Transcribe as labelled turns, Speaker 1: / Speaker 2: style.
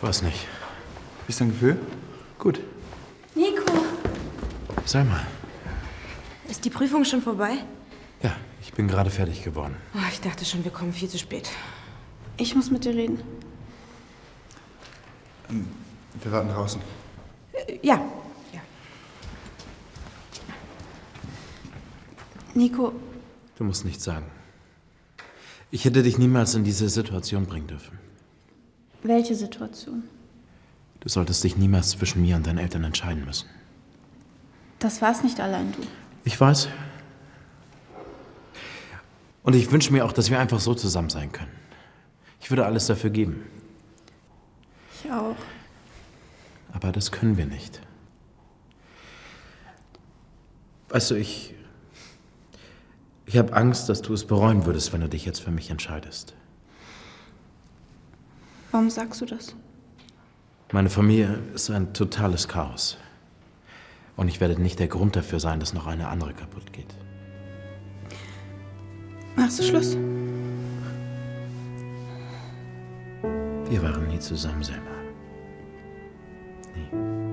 Speaker 1: Weiß nicht.
Speaker 2: Wie ist dein Gefühl?
Speaker 1: Gut.
Speaker 3: Nico,
Speaker 1: Sag mal.
Speaker 3: ist die Prüfung schon vorbei?
Speaker 1: Ja, ich bin gerade fertig geworden.
Speaker 3: Oh, ich dachte schon, wir kommen viel zu spät.
Speaker 4: Ich muss mit dir reden.
Speaker 2: Wir warten draußen.
Speaker 3: Äh, ja. ja.
Speaker 4: Nico,
Speaker 1: Du musst nichts sagen. Ich hätte dich niemals in diese Situation bringen dürfen.
Speaker 4: welche Situation?
Speaker 1: Du solltest dich niemals zwischen mir und deinen Eltern entscheiden müssen.
Speaker 4: Das war's nicht allein du.
Speaker 1: Ich weiß. Und ich wünsche mir auch, dass wir einfach so zusammen sein können. Ich würde alles dafür geben.
Speaker 4: Ich auch.
Speaker 1: Aber das können wir nicht. Weißt du, ich. Ich habe Angst, dass du es bereuen würdest, wenn du dich jetzt für mich entscheidest.
Speaker 4: Warum sagst du das?
Speaker 1: Meine Familie ist ein totales Chaos. Und ich werde nicht der Grund dafür sein, dass noch eine andere kaputt geht.
Speaker 4: Machst du Schluss?
Speaker 1: Wir waren nie zusammen, Selma. Nie.